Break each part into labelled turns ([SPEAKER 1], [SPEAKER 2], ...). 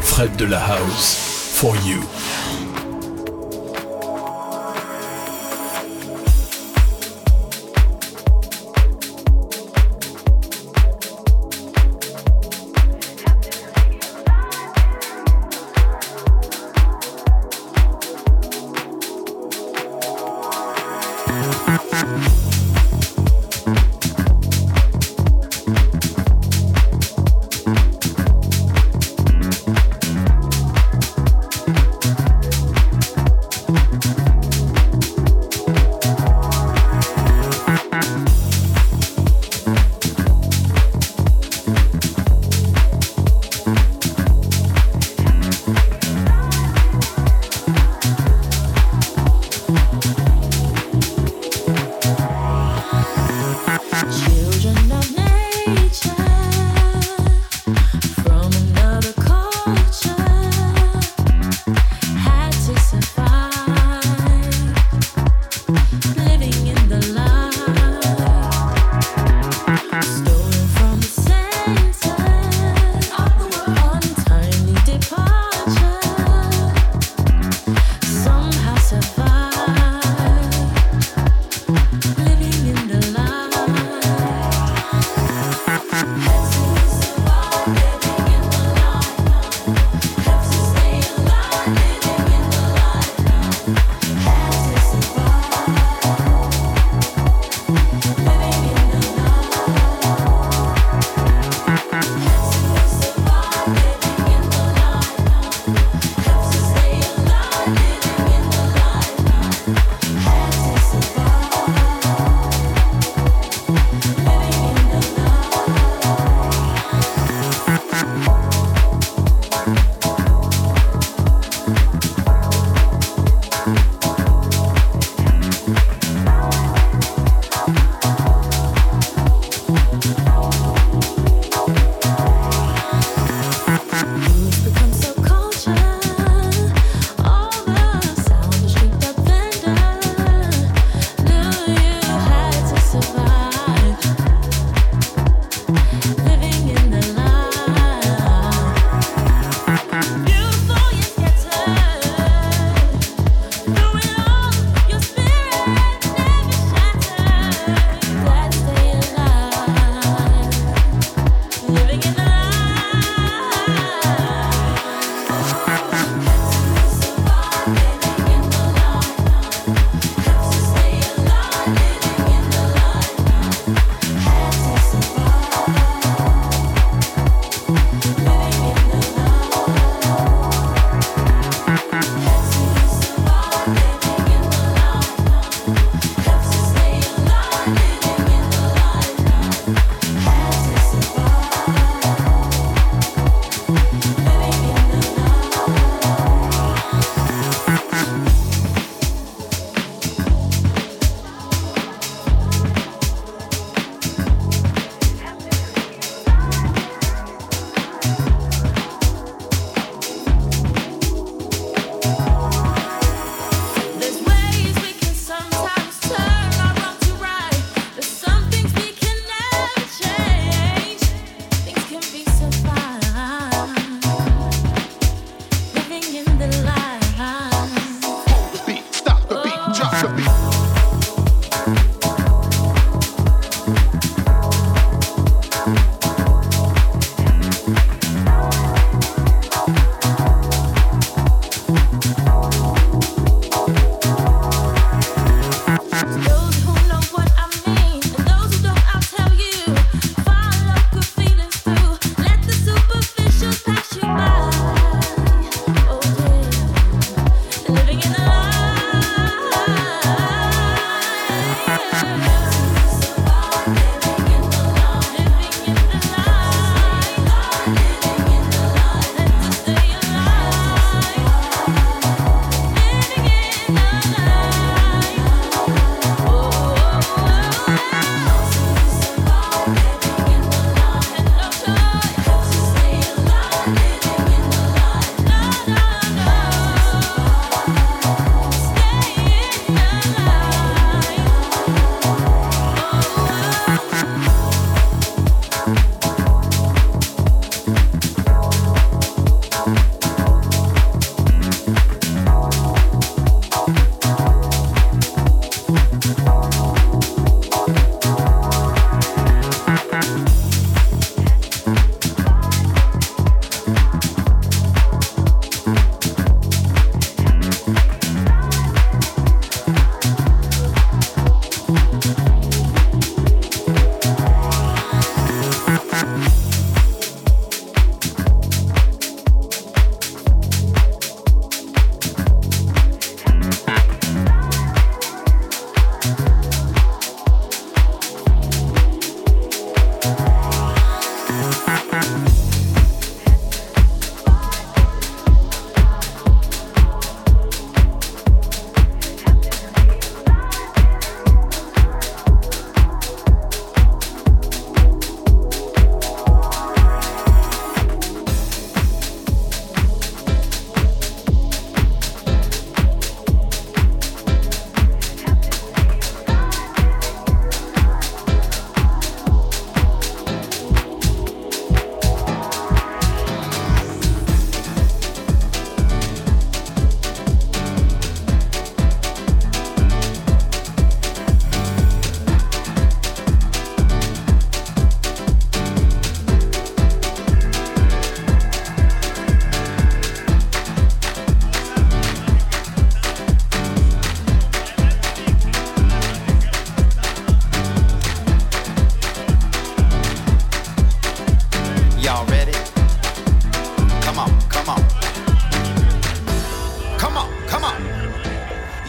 [SPEAKER 1] retraite de la house for you.
[SPEAKER 2] Oh, living in the light.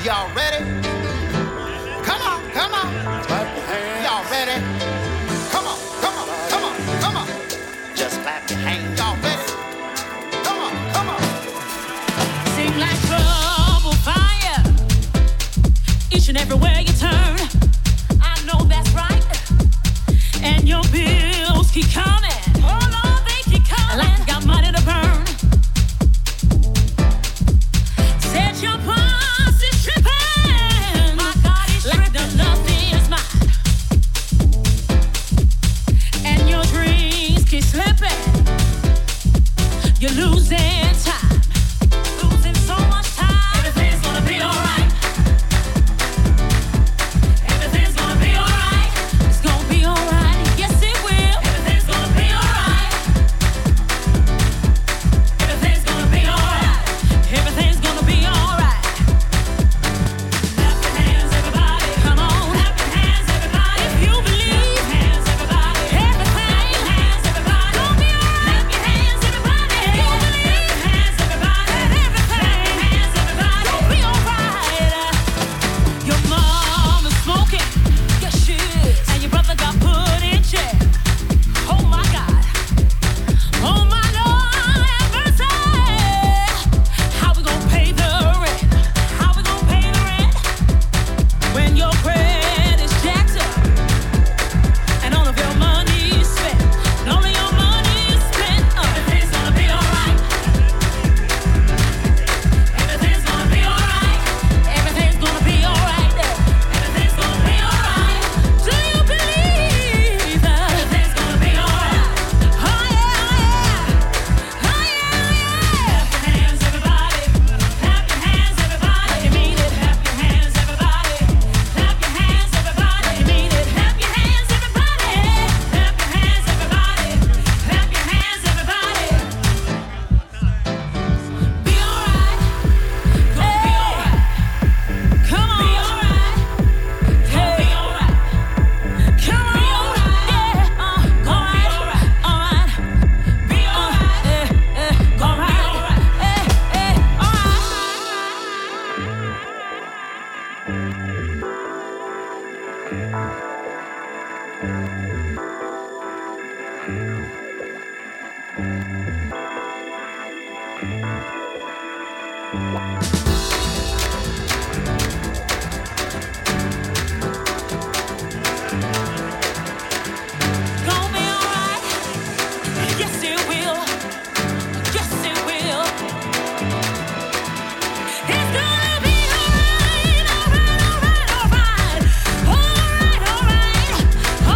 [SPEAKER 3] Y'all ready? Come on, come on. Y'all ready? Come on, come on, come on, come on. Just clap your hands. Y'all ready? Come on, come on.
[SPEAKER 2] Seem like trouble fire each and everywhere you turn. I know that's right. And your bills keep coming. Oh Lord, they keep coming. Like you got money to burn. Said your boss is tripping. My God, he's like tripping. nothing is mine. And your dreams keep slipping. You're losing time. Losing so much time. Everything's gonna be alright. Everything's gonna be alright. It's gonna be alright. Yes, it will. Everything's gonna be alright. Everything's gonna be alright. Everything's gonna be alright. Clap your hands, everybody. Come on. Clap your hands, everybody. If you believe. Clap your hands, everybody. Everything. Clap your hands, everybody. Gonna be alright. Clap your hands, everybody. If you believe. Clap your hands, everybody. Everything. Clap your hands, everybody. Gonna be alright. Your mom is smoking. Yes, she is. And your brother got put in jail. Oh my God. Oh my Lord, have mercy. How we gonna pay the rent? How we gonna pay the rent? When your credit's jacked up. And all of your money's spent. And all of your money's spent up. Everything's gonna be alright. Everything's gonna be alright. Everything's gonna be alright. Everything's gonna be alright. Do you believe that? Everything's gonna be alright. Oh yeah, oh yeah, oh yeah, hands, everybody. Clap your hands, everybody. You mean it? Clap your hands, everybody. Clap your hands, everybody. You mean it? Clap your hands, everybody. Clap your hands, everybody. Clap your hands, everybody. Be alright. Gonna be alright. Come on. Be alright. Gonna be alright. Come on. Be alright. Yeah. Uh, alright. Alright. Be alright. eh, Yeah. Yeah. Alright. Yeah. Yeah. Alright. Gonna be alright. Yes, it will. Yes, it will. It's gonna be alright, alright, alright, alright, alright, alright,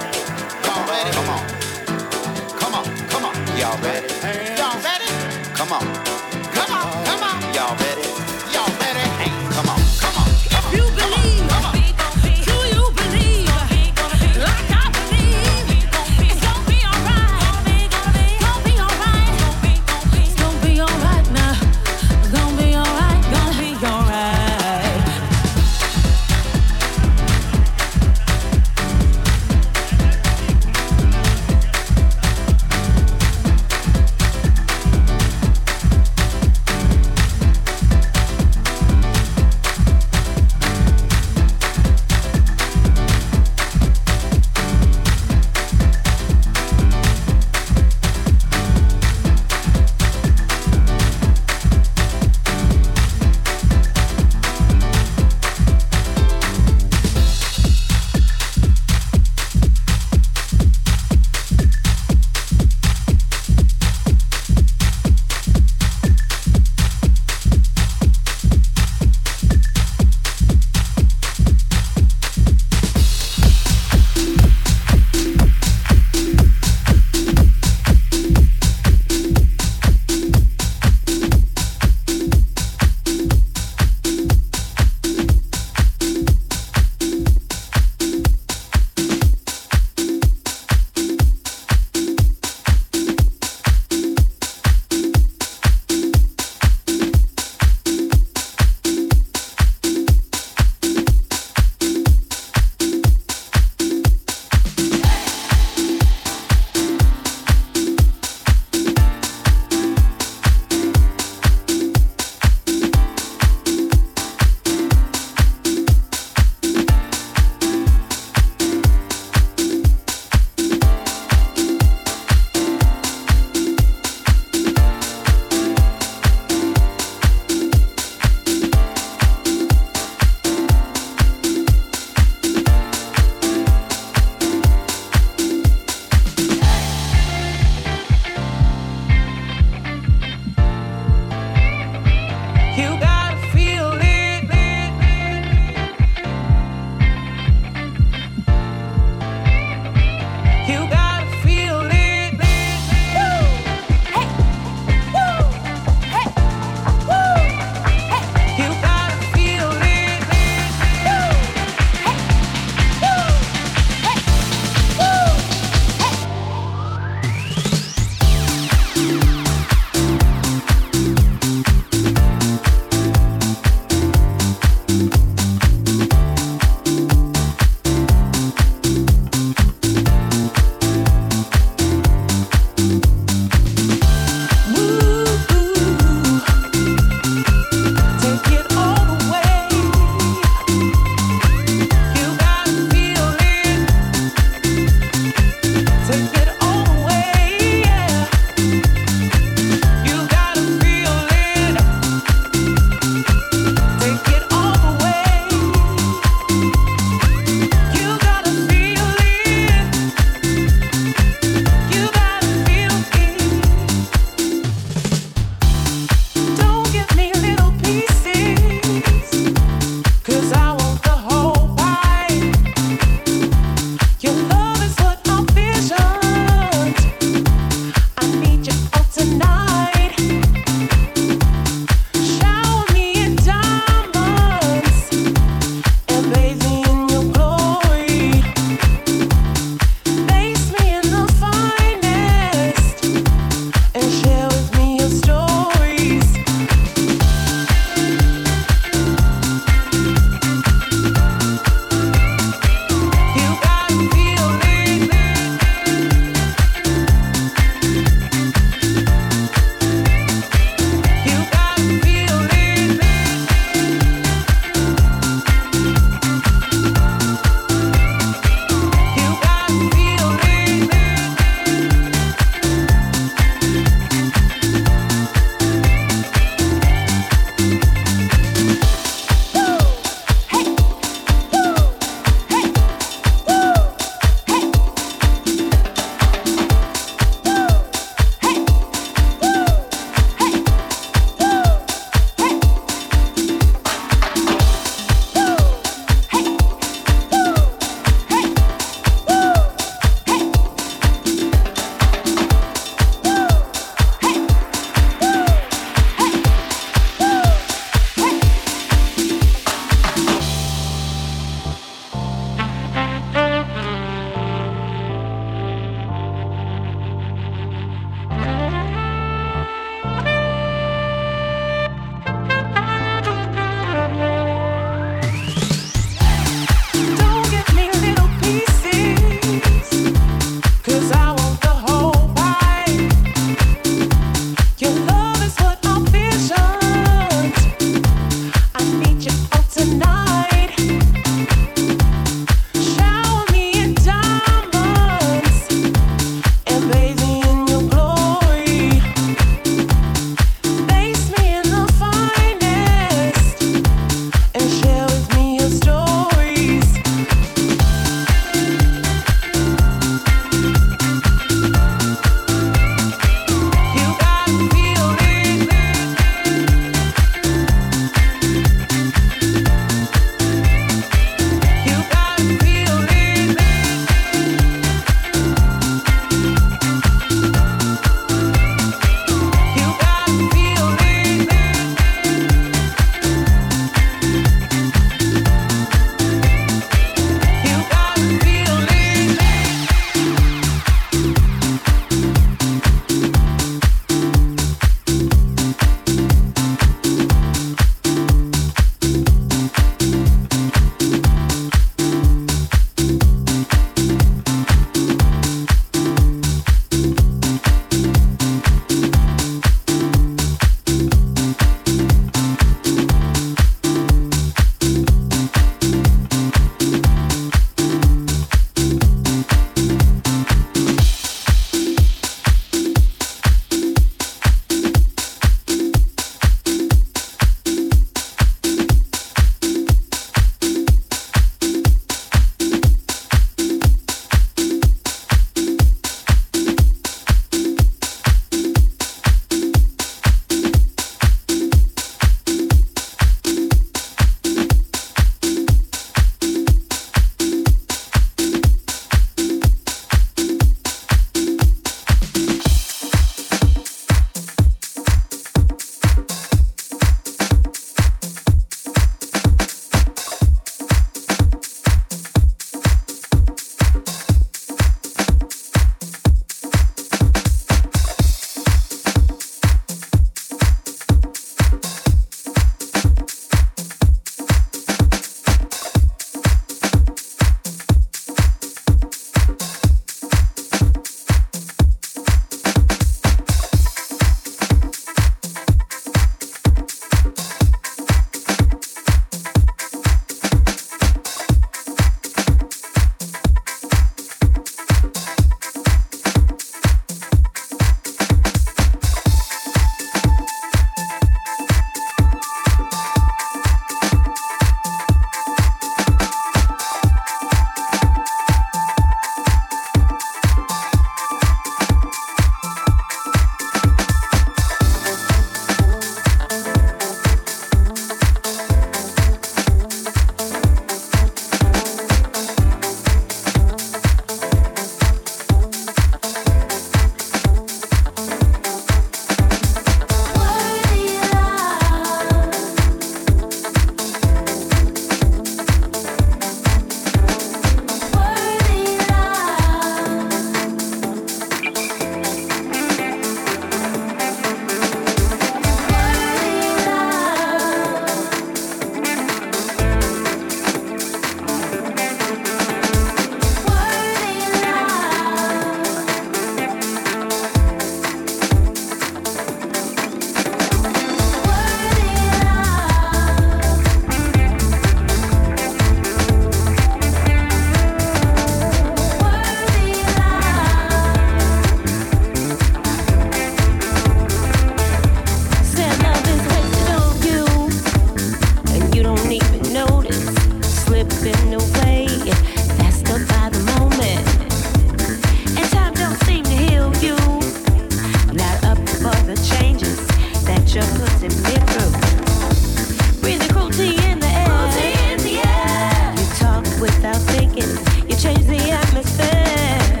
[SPEAKER 2] You change the atmosphere.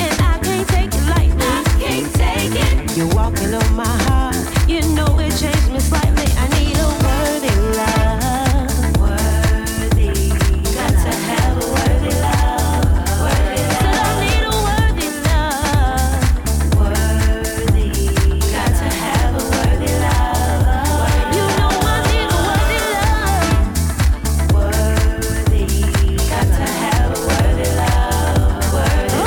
[SPEAKER 2] And I can't take it lightly. I can't take it. You're walking on my heart. You know it changed me slightly. I need a worthy love. Worthy. Got to have a worthy love. Worthy love. Said I need a worthy love. Worthy. Got to have a worthy love. You know I need a worthy love. Worthy. Got to have Oh, Oh, Oh,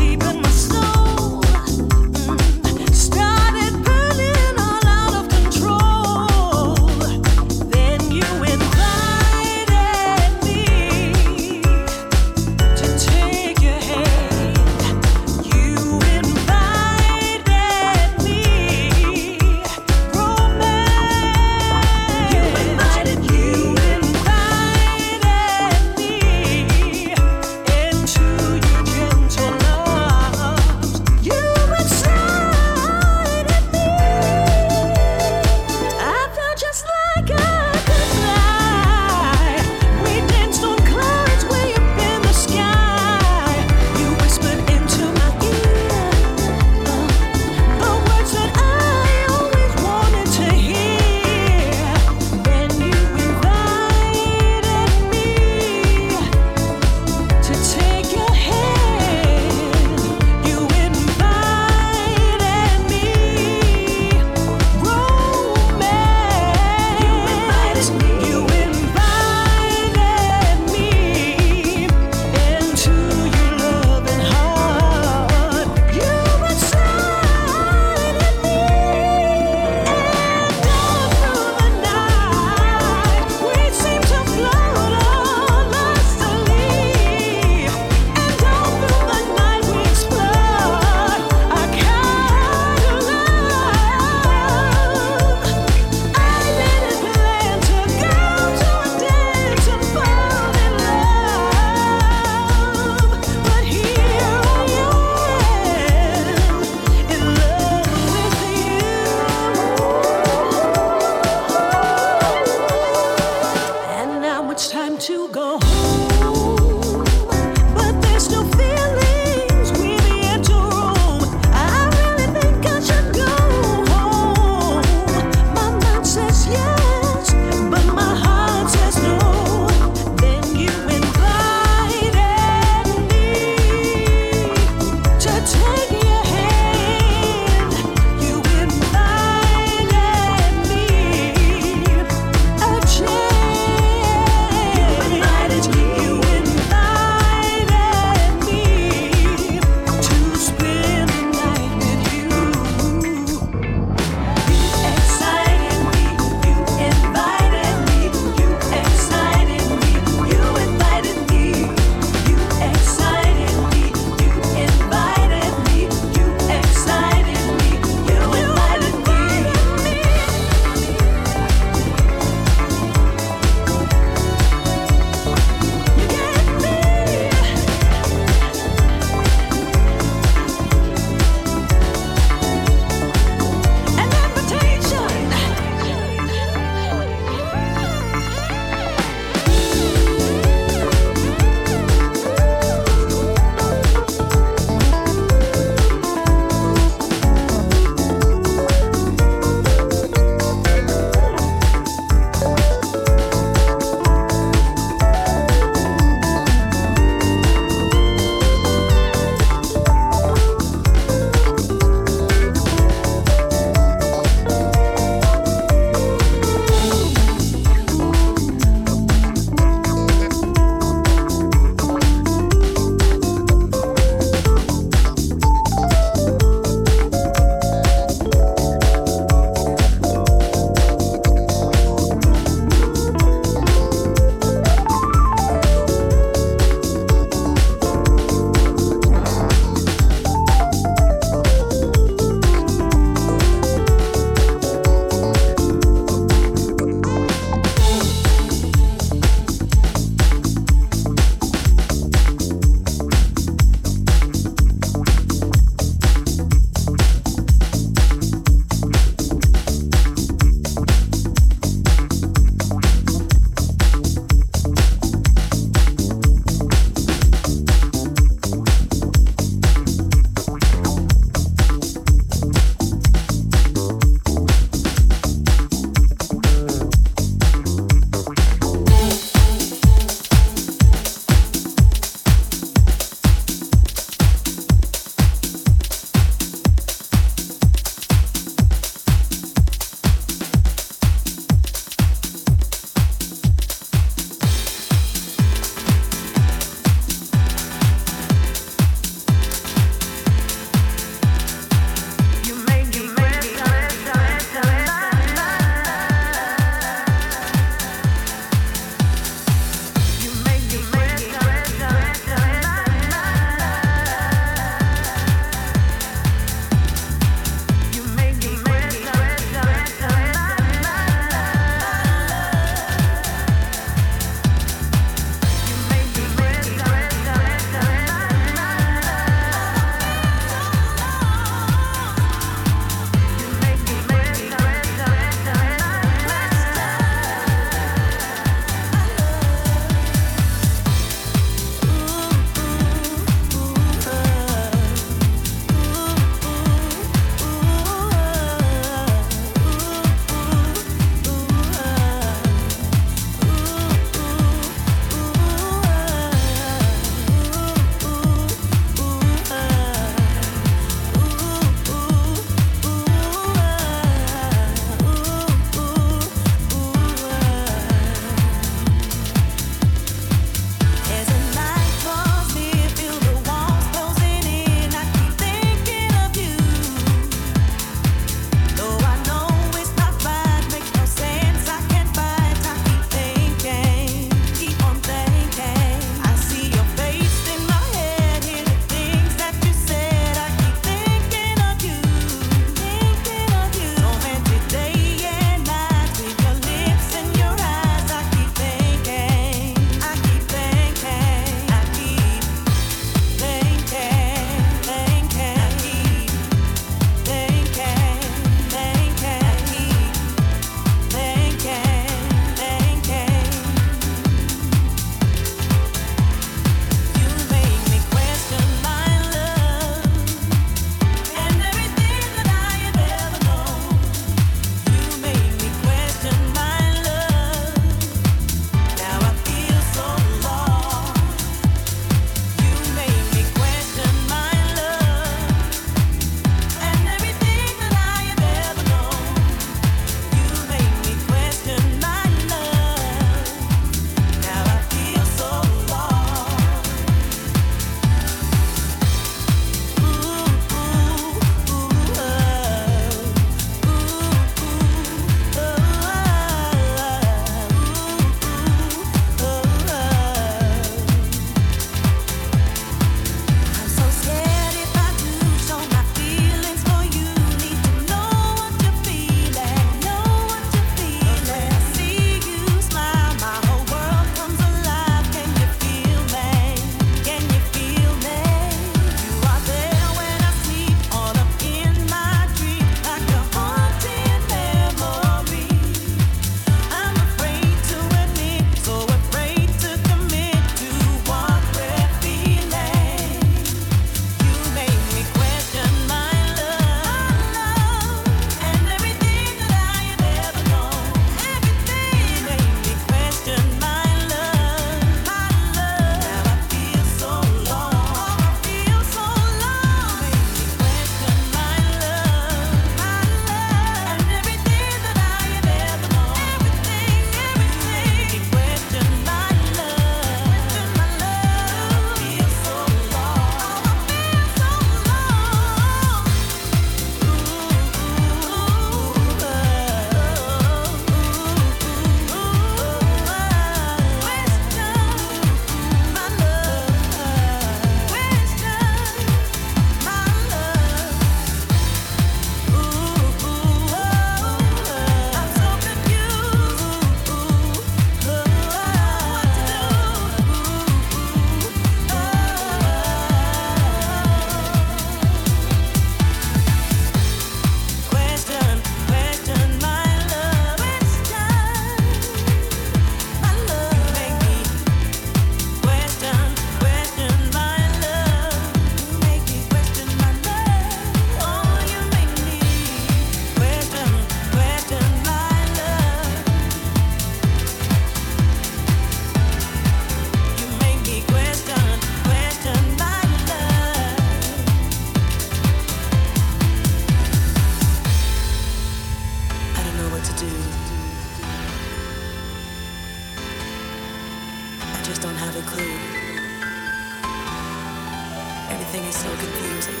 [SPEAKER 4] Everything is so confusing.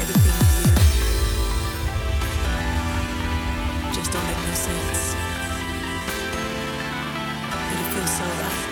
[SPEAKER 4] Everything with you just don't make no sense. But it feels so right.